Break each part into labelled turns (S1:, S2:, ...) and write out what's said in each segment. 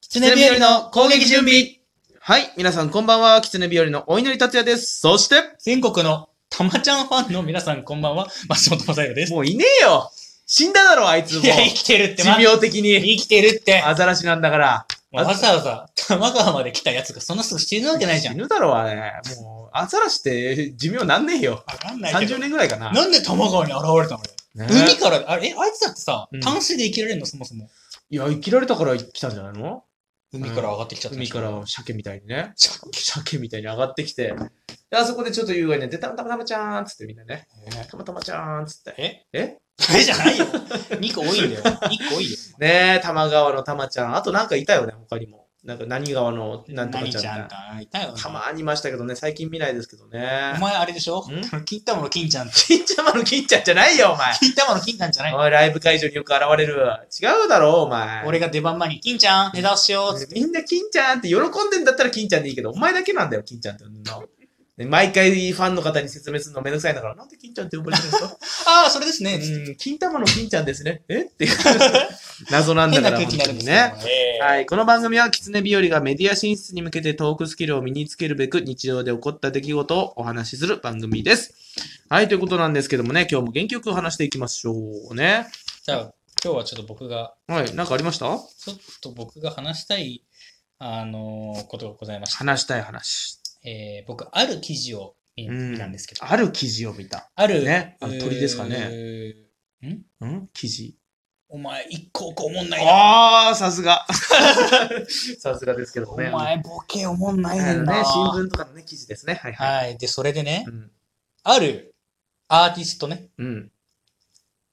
S1: キツネ日和の攻撃準備
S2: はい、皆さんこんばんは、キツネ日和のお祈り達也です。そして、
S1: 全国のたまちゃんファンの皆さんこんばんは、松本正宏です。
S2: もういねえよ死んだだろ、あいつもう
S1: い。や、生きてるって、
S2: 寿
S1: ま、
S2: 命的に。
S1: 生きてるって。
S2: アザラシなんだから。
S1: わざわざ、玉川まで来たやつがそんなすぐ死ぬわけないじゃん。
S2: 犬だろ、あれ。もう、アザラシって寿命なんねえよ。
S1: わかんないけど
S2: 30。年ぐらいかな。
S1: なんで玉川に現れたのよ。
S2: ね
S1: 海から、あれ、えあいつだってさ
S2: うん、
S1: 単身で生きられるの、そもそも。
S2: いや、生きられたから来たんじゃないの
S1: 海から上がってきちゃったで
S2: 海
S1: しょ。
S2: から鮭みたいにね。
S1: ちゃ
S2: 鮭みたいに上がってきて。で、あそこでちょっと優雅にね、でたまたまたまちゃーんっつってみんなね。たまたまちゃーんっつって。
S1: え
S2: え
S1: それじゃない よ。2個多いんだよ。2個多いよ。
S2: ねえ、玉川の玉ちゃん。あとなんかいたよね、他にも。なんか何川のなんとか
S1: 何
S2: ち
S1: ち
S2: ゃ
S1: ゃ
S2: ん
S1: ん
S2: みたい
S1: といたよ
S2: な
S1: な。
S2: たまにいましたけどね、最近見ないですけどね
S1: お。前あれでしょ
S2: ん
S1: 金玉の金ちゃんって。
S2: 金ちゃまの金ちゃんじゃないよ、お前。
S1: 金玉の金ちゃんじゃない
S2: おい、ライブ会場によく現れる。違うだろ、お前。
S1: 俺が出番前に、金ちゃん、値段しようっつって。
S2: みんな金ちゃんって喜んでんだったら金ちゃんでいいけど、お前だけなんだよ、金ちゃんって呼ぶ の。で毎回ファンの方に説明するのめんどくさいんだから、なんで金ちゃんって呼ばれてるんです
S1: あ
S2: か
S1: あ、それですね。
S2: うん、金玉の金ちゃんですね。えっていう謎なんだ
S1: 変
S2: か
S1: な
S2: ら、
S1: 空気になるんですけど
S2: ね。
S1: ね。。
S2: はいい、この番組は狐日和がメディア進出に向けてトークスキルを身につけるべく日常で起こった出来事をお話しする番組です。はい、ということなんですけどもね、今日も元気よく話していきましょうね。
S1: じゃあ、今日はちょっと僕が、
S2: はい、なんかありました
S1: ちょっと僕が話したい、あのーことがございました。
S2: 話したい話。
S1: えー僕、ある記事を見
S2: うん
S1: 見たんですけど、
S2: ある記事を見た。
S1: ある、
S2: ねあ鳥ですかね
S1: えー。
S2: うん記事。
S1: お前、一個個おもんないな。
S2: ああ、さすが。 さすがですけど
S1: お
S2: もね。
S1: 前、ボケおもんない
S2: あ
S1: ねん
S2: の
S1: な。
S2: ね、新聞とかのね、記事ですね。はいはい。
S1: はい。で、それでね
S2: う、ん。
S1: あるアーティストね、
S2: うん。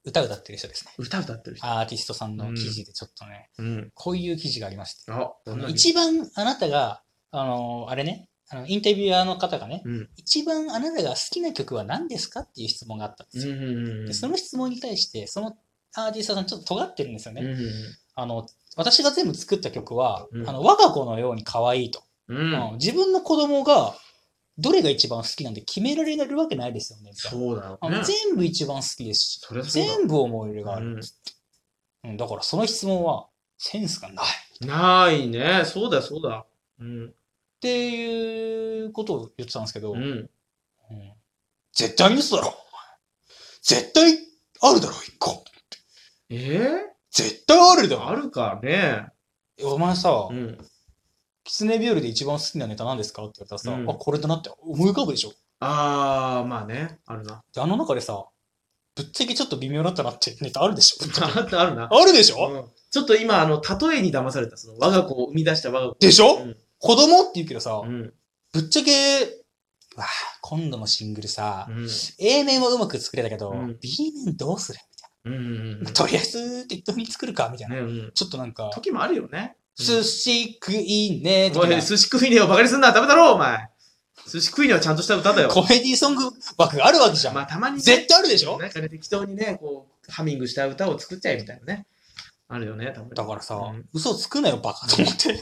S1: 歌歌ってる人ですね。
S2: 歌歌ってる人。
S1: アーティストさんの記事でちょっとね、
S2: うん。
S1: こういう記事がありまして。
S2: あ、どんな記事
S1: 一番あなたが、あのあれね、あのインタビュアーの方がね、
S2: うん。
S1: 一番あなたが好きな曲は何ですかっていう質問があったんですよ。
S2: うん
S1: でその質問に対して、そのアーティストさんちょっと尖ってるんですよね。
S2: う
S1: あの私が全部作った曲は、
S2: うん
S1: あの我が子のように可愛いと、
S2: ん。うん
S1: うん自分の子供がどれが一番好きなんて決められるわけないですよね。みたいな
S2: そうだよ
S1: あの
S2: ね。
S1: 全部一番好きですし、
S2: そりゃそうだ
S1: 全部思い入れがあるんです、うんだからその質問はセンスがない。
S2: ないね。そうだ、そうだ。うん。
S1: っていうことを言ってたんですけど、
S2: うん。
S1: うん絶対に嘘だろ絶対あるだろ、一個。
S2: えー、
S1: 絶対あるだ
S2: あるかね。
S1: お前さ、
S2: うん。
S1: キツネ日和で一番好きなネタなんですかって言ったらさ、
S2: うん
S1: あ、これだなって思い浮かぶでしょ。
S2: あー、まあね。あるな。
S1: で、あの中でさ、ぶっちゃけちょっと微妙だったなってネタあるでしょ。 ぶっちゃけ
S2: あるあるな。
S1: あるでしょ、
S2: うんちょっと今、あの、例えに騙された。その、我が子を生み出した我が子。
S1: でしょ、
S2: うん
S1: 子供って言うけどさ、
S2: うん。
S1: ぶっちゃけ、うわあ今度のシングルさ、
S2: うん。
S1: A 面はうまく作れたけど、
S2: うん
S1: B 面どうする
S2: うんうん。
S1: とりあえず適当に作るかみたいな。
S2: ねうん。
S1: ちょっとなんか、
S2: 時もあるよね。
S1: 寿司食いねと
S2: お
S1: か、
S2: い、寿司食いねえをバカにすんな。ダメだろ、お前。寿司食いねえはちゃんとした歌だよ。
S1: コメディソング枠があるわけじゃん。
S2: まあ、たまにね。
S1: 絶対あるでしょ
S2: なんかね、適当にね、こう、ハミングした歌を作っちゃえみたいなね。あるよね、たまに。
S1: だからさ、
S2: うん
S1: 嘘つくなよ、バカと思って。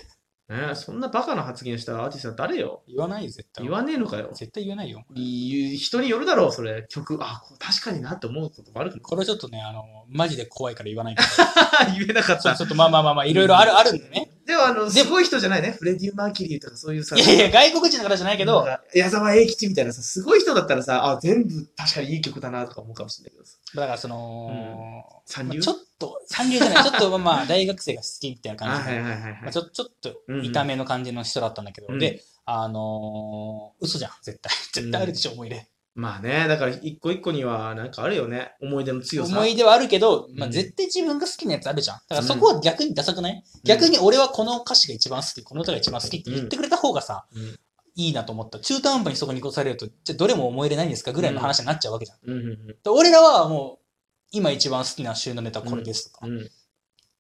S2: ねえ、そんなバカな発言したアーティストは誰よ
S1: 言わないよ、絶対。
S2: 言わねえのかよ。
S1: 絶対言わないよ。
S2: いい人によるだろう、それ。曲、あ、こう確かになって思うこともあるけど。
S1: これちょっとね、あの、マジで怖いから言わないから。
S2: 言えなかっ
S1: ちょ
S2: た。
S1: ちょっとまあまあまあまあ、いろいろある、あるんでね。。
S2: でも、あの、すごい人じゃないね。フレディ・マーキュリーとかそういうさ
S1: い、やいや、外国人だからじゃないけど、
S2: なんか矢沢永吉みたいなさ、すごい人だったらさ、あ、全部確かにいい曲だなとか思うかもしれないけどさ。
S1: だからその、
S2: 三流
S1: まあちょっと、三流じゃない、ちょっとまあ まあ、大学生が好きみたいな
S2: あ、
S1: 感じ
S2: は
S1: で
S2: いはいはいは
S1: まあ
S2: い
S1: ち。ょちょっと
S2: うんうん
S1: 痛めの感じの人だったんだけど、
S2: うん
S1: で、あのー嘘じゃん、絶対。絶対あるでしょ、思い出。
S2: まあね、だから一個一個にはなんかあるよね。思い出の強さ。
S1: 思い出はあるけど、ま
S2: う
S1: あ、
S2: ん
S1: 絶対自分が好きなやつあるじゃん。だからそこは逆にダサくない、逆に俺はこの歌詞が一番好き、この歌が一番好きって言ってくれた方がさ、
S2: うん
S1: いいなと思った。中途半端にそこに移されると、じゃあどれも思い入れないんですかぐらいの話になっちゃうわけじゃん。
S2: うんうん
S1: で俺らはもう、今一番好きな週のネタこれですとか、
S2: うん。うん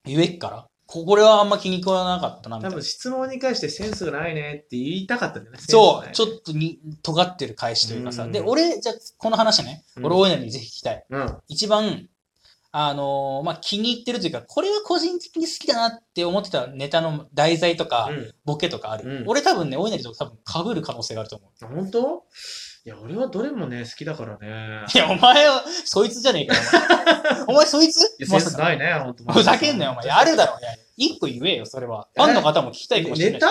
S1: 言えっから、ここれはあんま気に食わなかったなみた
S2: 多
S1: いな
S2: 分。質問に関してセンスがないねって言いたかったんだよね。
S1: そう、ち
S2: セン
S1: ょっとに尖ってる返しというかさ、
S2: うん
S1: で、俺、じゃあこの話ね、
S2: うん
S1: 俺、大いにぜひ聞きたい。
S2: スがない。
S1: 一番、あのーまあ、気に入ってるというか、これは個人的に好きだなって思ってたネタの題材とか、
S2: うん。うん。
S1: ボケとかある。
S2: うん
S1: 俺多分ね、お稲荷と多分被る可能性があると思う。
S2: あ本当いや、俺はどれもね、好きだからね。
S1: いや、お前は、 そいつじゃねえかよ、お前。お前そいつ
S2: いや、セ
S1: ま
S2: ン
S1: さ
S2: ス
S1: か
S2: ないね、ほんと。
S1: ふざけんなよ、お前。やるだろ、いやいや一個言えよ、それは。ファンの方も聞きたいかもしれな
S2: ネ
S1: い。
S2: タ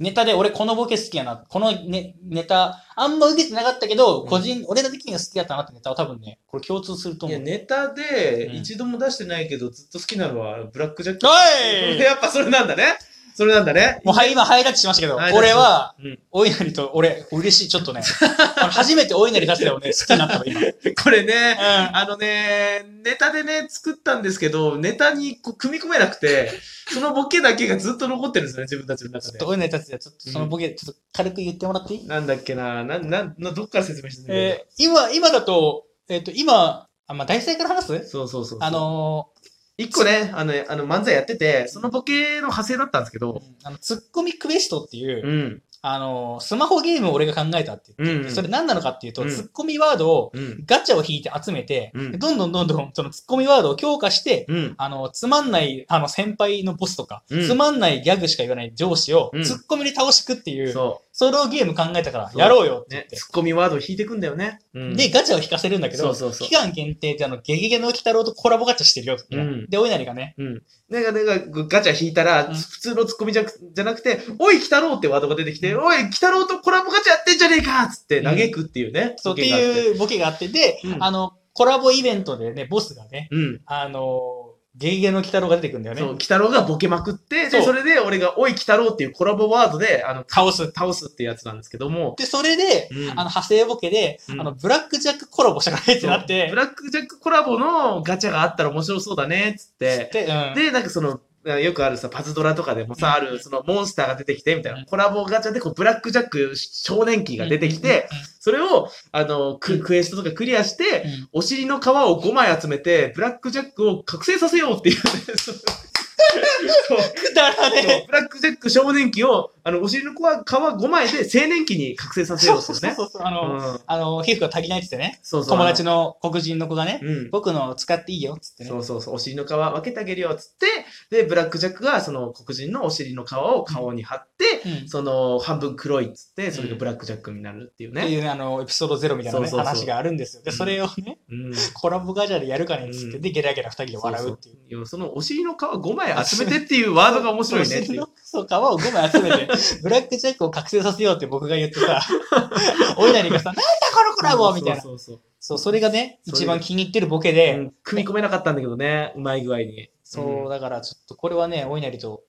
S1: ネタで俺このボケ好きやな。このネネタ、あんま受けてなかったけど、
S2: うん
S1: 個人、俺ら的には好きやったなってネタは多分ね、これ共通すると
S2: い
S1: 思
S2: や
S1: う。
S2: ネタで
S1: うん
S2: 一度も出してないけどずっと好きなのはブラックジャック。
S1: おい
S2: やっぱそれなんだね。それなんだね。
S1: もうはい、今ハイラッチしましたけど、
S2: ハイタッチ
S1: 俺は
S2: うん、
S1: お稲荷と、俺、嬉しい、ちょっとね、 あの初めてお稲荷出したよね、好きになった の、今。うん。
S2: これね、あのね、ネタでね、作ったんですけど、ネタにこう組み込めなくて、そのボケだけがずっと残ってるんですよね、自分たちの
S1: ち
S2: 中
S1: ょっと
S2: で。
S1: お稲荷たちで、ちょっとそのボケ、ちょっと軽く言ってもらっていい
S2: なんだっけな、なん、なん、などっから説明してんだけ
S1: えー今、今だと、えっ、と、今、あ、まあ、題材から話す
S2: そうそうそうそう。
S1: あ、の
S2: 一個ね、あのね、あの漫才やってて、そのボケの派生だったんですけ
S1: ー
S2: ど、
S1: あの、ツッコミクエストっていう、
S2: うん、
S1: あのースマホゲームを俺が考えたって言って、
S2: うんうん
S1: それ何なのかっていうと、
S2: うん
S1: ツッコミワードを
S2: うん、
S1: ガチャを引いて集めて、
S2: うん
S1: どんどんどんどんそのツッコミワードを強化して、
S2: うん、
S1: あの、つまんない、あの、先輩のボスとか、
S2: うん
S1: つまんないギャグしか言わない上司を、
S2: うん
S1: ツッコミで倒してくっていう、
S2: そ
S1: ソロゲーム考えたから、
S2: そう
S1: やろうよっ
S2: う、
S1: て言っ
S2: ね、
S1: て。
S2: ツッコミワードを引いてくんだよね。うん
S1: で、、ガチャを引かせるんだけど、
S2: そうそうそう
S1: 期。間限定であの、ゲゲゲの鬼太郎とコラボガチャしてるよって、
S2: うん
S1: で、お稲荷がね、
S2: うん。なんか、なんか、ガチャ引いたら、
S1: うん
S2: 普通のツッコミじゃくじゃなくて、おい、鬼太郎ってワードが出てきて、おい、鬼太郎とコラボガチャやってんじゃねえかっつって嘆くっていうね。
S1: そうっ
S2: ボ
S1: て
S2: ケがあて
S1: いうボケがあって、で、
S2: うん
S1: あの、コラボイベントでね、ボスがね、
S2: うん。
S1: あの、ゲゲゲの鬼太郎が出てくるんだよ
S2: そう、
S1: ね。
S2: 鬼太郎がボケまくって、
S1: そ
S2: で、
S1: う
S2: それで俺が、おい、鬼太郎っていうコラボワードで、あの、
S1: 倒す。
S2: 倒すってやつなんですけども、
S1: で、それで、
S2: うん
S1: あの、派生ボケで、
S2: うん
S1: あの、ブラックジャックコラボしたからねってなっ
S2: そう
S1: て
S2: ブ、ラックジャックコラボのガチャがあったら面白そうだね、っつって。
S1: で、うん。
S2: で、なんかその、よくあるさ、パズドラとかでも
S1: うん。
S2: さ、ある、その、モンスターが出てきて、みたいうなんコラボガチャで、こう、ブラックジャック少年期が出てきて、
S1: うん、
S2: それを、あの、
S1: う
S2: ク
S1: ん
S2: クエストとかクリアして、
S1: うん
S2: お尻の皮を5枚集めて、ブラックジャックを覚醒させようっていうね、そうそう
S1: くだら
S2: そ
S1: ね
S2: うブラックジャック少年期を、あの、お尻の皮5枚で青年期に覚醒させようって
S1: そう
S2: いう
S1: そう
S2: ね。
S1: そうそう。あの、
S2: うん
S1: あの、皮膚が足りないって言ってね、
S2: そうそう。
S1: 友達
S2: の。
S1: の黒人の子がね、
S2: うん。
S1: 僕のを使っていいよっつってね。
S2: そうそうそう、お尻の皮分けてあげるよっつって、で、ブラックジャックがその黒人のお尻の皮を顔に貼って、
S1: うん
S2: その半分黒いっつって、それがブラックジャックになるっていう
S1: って
S2: ね。
S1: いうね、あの、エピソードゼロみたいなね、
S2: そうそうそう
S1: 話があるんですよ。で、
S2: うん
S1: それをね、
S2: うん。
S1: コラボガジャでやるかねっつっ
S2: う
S1: て、
S2: ん
S1: で、ゲラゲラ二人で笑うっていう。
S2: いやそのお尻の皮5枚集めてっていうワードが面白いねっていう。
S1: そう、皮を5枚集め て、ブラックジャックを覚醒させようって僕が言ってさ、おいなり がさ、なんだこのコラボみたいな。
S2: そうそうそう
S1: そう、それがね、
S2: それ
S1: 一番気に入ってるボケで、
S2: うん組み込めなかったんだけどね、うまい具合に。
S1: そう、
S2: ん
S1: だからちょっとこれはね、おいなりと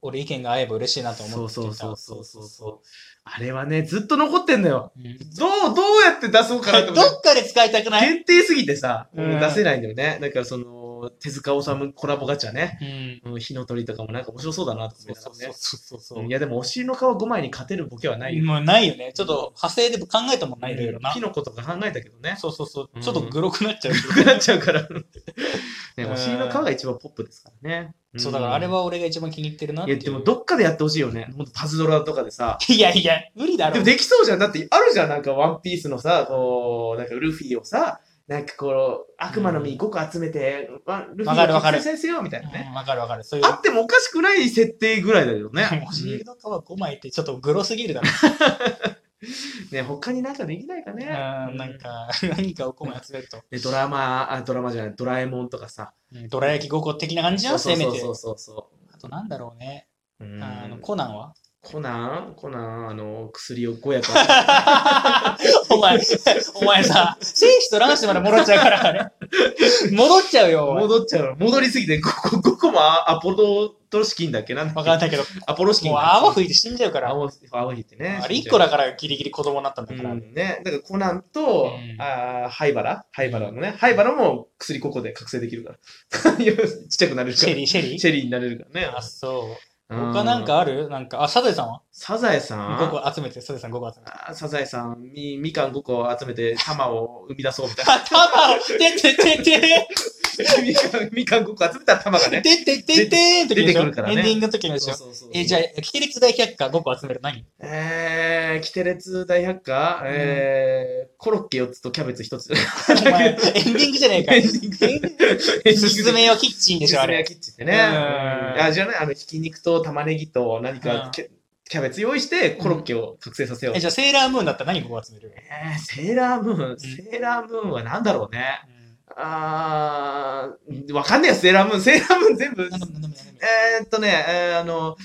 S1: 俺意見が合えば嬉しいなと思ってい
S2: そう
S1: た。
S2: そうそうそうそう。あれはね、ずっと残ってんのよ。
S1: うん
S2: どう、どうやって出そうかなって
S1: ど
S2: 思って。
S1: っかで使いたくない
S2: 限定すぎてさ、
S1: うん
S2: 出せないんだよね。だからその、手塚治虫コラボガチャね。
S1: うん。
S2: うん火の鳥とかもなんか面白そうだなと
S1: そ
S2: 思
S1: う
S2: いなが
S1: そう
S2: らね。
S1: そうそう。
S2: うんいやでもお尻の皮5枚に勝てるボケはないよ。
S1: もうないよね。ちょっと派生でも考えたもんないんだけどな
S2: キ。ノコとか考えたけどね。
S1: そうそうそう。
S2: うん
S1: ちょっとグロくなっちゃう。
S2: くなっち ゃうから。ね、
S1: うん
S2: お尻の皮が一番ポップですからね。
S1: そうだからあれ
S2: は。
S1: は俺が一番気に入ってるなっ
S2: い
S1: ていう。
S2: やでもどっかでやってほしいよね。ほんとパズドラとかでさ。
S1: いやいや、無理だろ。
S2: でもできそうじゃん。だってあるじゃん。なんかワンピースのさ、こう、なんかルフィをさ、なんかこう、悪魔の実5個集めて、わルフ
S1: わかる
S2: ィ
S1: わ
S2: を
S1: かる
S2: 覚醒せよみたいなね。
S1: うんわかるわかる。そういう。
S2: あってもおかしくない設定ぐらいだけどね。
S1: お尻の皮5枚ってちょっとグロすぎるだろ。
S2: ね、他になんかできないかね。
S1: うん、なんか、何かを5枚集めると。
S2: ね、ドラマ、あ、ドラマじゃない、ドラえもんとかさ。
S1: うんどら焼き5個的な感じじゃん、せめて
S2: そ。うそうそ
S1: あとなんだろうね。
S2: うそう。うん
S1: あの、コナンは
S2: コナンコナン、あの、薬を5役あ
S1: お前、お前さ、精子と卵子まで戻っちゃうから、あれ。戻っちゃう よ、お前
S2: 戻っちゃうの。戻りすぎて、5個、5個もアアポロト式だっけなんだ
S1: わ
S2: っ
S1: かんな
S2: け
S1: いけど、
S2: アポロ式
S1: もう泡
S2: い
S1: 吹いて死んじゃうから。
S2: 泡泡吹いてね。
S1: あれ1個だからギリギリ子供になったんだから。
S2: うん、ね。だからコナンと、
S1: うん
S2: あー灰原灰原のね。灰原も薬5個で覚醒できるから。い やちっちゃくなれるか
S1: シ
S2: ら。
S1: ェリー、シェリー
S2: シェリーになれるからね
S1: あ、。そう。
S2: うん
S1: 他なんかあるなんか、あ、サザエさんは
S2: サザエさん
S1: ?5 個集めて、サザエさん5個集めて。
S2: あーサザエさん、み、みかん5個集めて、玉を生み出そうみたいな。
S1: あ、タマてててて
S2: みか ん、みかん5個集めたら玉が
S1: て
S2: ね。
S1: てててて
S2: 出てくるからね
S1: エンディングの時のでし
S2: そう
S1: ょ。
S2: そうそう
S1: え、じゃあ、キテレツ大百科5個集める 何
S2: えー、キテレツ大百科、えー、コロッケ4つとキャベツ1つ。
S1: お前、エンディングじゃねえか
S2: エン
S1: よ
S2: デ。
S1: すすめよキッチンでしょ、あ
S2: すすめ
S1: れ。
S2: はキッチンってね。
S1: うん
S2: あ、じゃあね、あの、ひき肉と玉ねぎと何
S1: うん
S2: かキャ、キャベツ用意して、コロッケを覚醒させよう。
S1: え、じゃあ、セーラームーンだったら何5個集める
S2: えーセーラームーン、セーラームーンは何だろうね。あー、わかんないよ、セーラームーン。セーラームーン全部。
S1: なんでもなんでもなんでも
S2: えー、っとね、えーあの、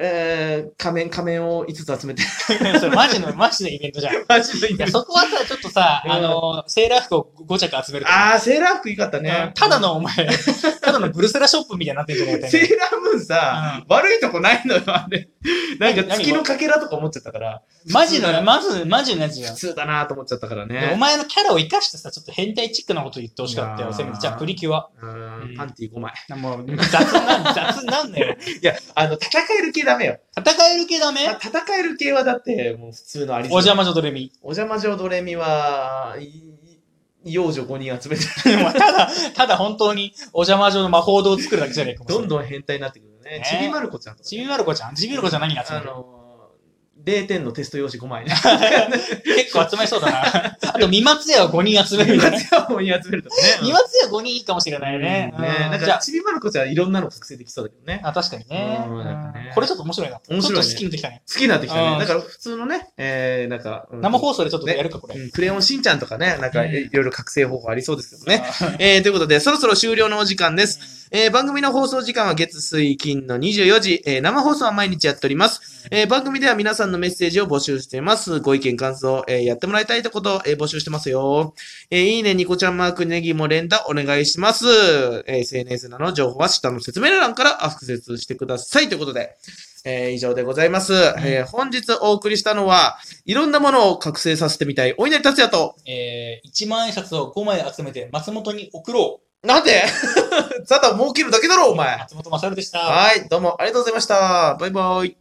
S2: えー、仮面、仮面を5つ集め て、
S1: それマジの、マジのイベントじゃん。い
S2: マジでいいんだ
S1: や、そこはさ、ちょっとさ、あの、セーラー服を5着集めるとか
S2: あー、セーラー服いいかった
S1: う
S2: ね
S1: ん。ただのお前、 ただのブルセラショップみたいになってるじゃない
S2: セーラームーンさ、悪いとこないのよ、あれ。なんか
S1: 何何
S2: 月のかけらとか思っちゃったから、
S1: マジの、まず、マジのやつじゃ
S2: 普
S1: ん。
S2: 通だなと思っちゃったから
S1: でお
S2: ね。
S1: 前のキャラを生かしてさ、ちょっと変態チックなこと言ってほしかった
S2: いや
S1: よ、
S2: ー
S1: せめて。じゃあ、プリキュア。
S2: うー、
S1: うんん
S2: パンティ5枚。
S1: もう、雑なん、雑なんだよ。
S2: いや、あの、戦える系ダメよ。
S1: 戦える系ダ
S2: た
S1: メ
S2: 戦える系はだって、もう普通のあり
S1: お邪魔女ドレミ。
S2: お邪魔女ドレミは、い幼女5人集め て、
S1: お前ただ、ただ本当にお邪魔女の魔法堂を作るだけじゃねえかもしれ
S2: ど
S1: なんい。
S2: どん変態になってくるね
S1: ね。
S2: ちびまる子ちゃんとか
S1: ちびまる子ちゃんちびまる子ちゃん何に集め
S2: あ
S1: る
S2: のー、0点のテスト用紙5枚ね。
S1: 結構集めそうだな。 あと、三松屋を5人集めるみたいな。
S2: 本に集めるとか
S1: 三
S2: ね。
S1: 松屋5人いいかもしれないね。
S2: うんね
S1: うん
S2: なん
S1: じゃ
S2: か、ちびまる子ちゃんいろんなの覚醒できそうだけどね。
S1: あ、あ確かにね。
S2: うんなんかね
S1: うんこれちょっと面白いな。
S2: 面白いね
S1: ちょっと好きになってきたね。
S2: 好きになってきた
S1: う
S2: ね。
S1: ん
S2: だから普通のね、えー、なんか、うん
S1: 生放送でちょっとやるか、これ。
S2: うんクレヨンしんちゃんとかね、なんか
S1: うん
S2: いろいろ覚醒方法ありそうですけどね。
S1: あ
S2: えー、ということで、そろそろ終了のお時間です。
S1: ー
S2: えー番組の放送時間は月水金の24時、えー生放送は毎日やっております、えー番組では皆さんのメッセージを募集しています。ご意見、感想、えーやってもらいたいってこと、えー募集してますよ。えーいいね、ニコちゃんマーク、ネギも連打お願いします。えー SNS などの情報は下の説明欄からアクセスしてください。ということで、えー以上でございます、えー本日お送りしたのは、いろんなものを覚醒させてみたい、お稲荷達也と、
S1: えー、1万円札を5枚集めて松本に送ろう。
S2: なんで ただ儲けるだけだろ、お前。
S1: 松本まさるでした。
S2: はい、どうもありがとうございました。バイバイ。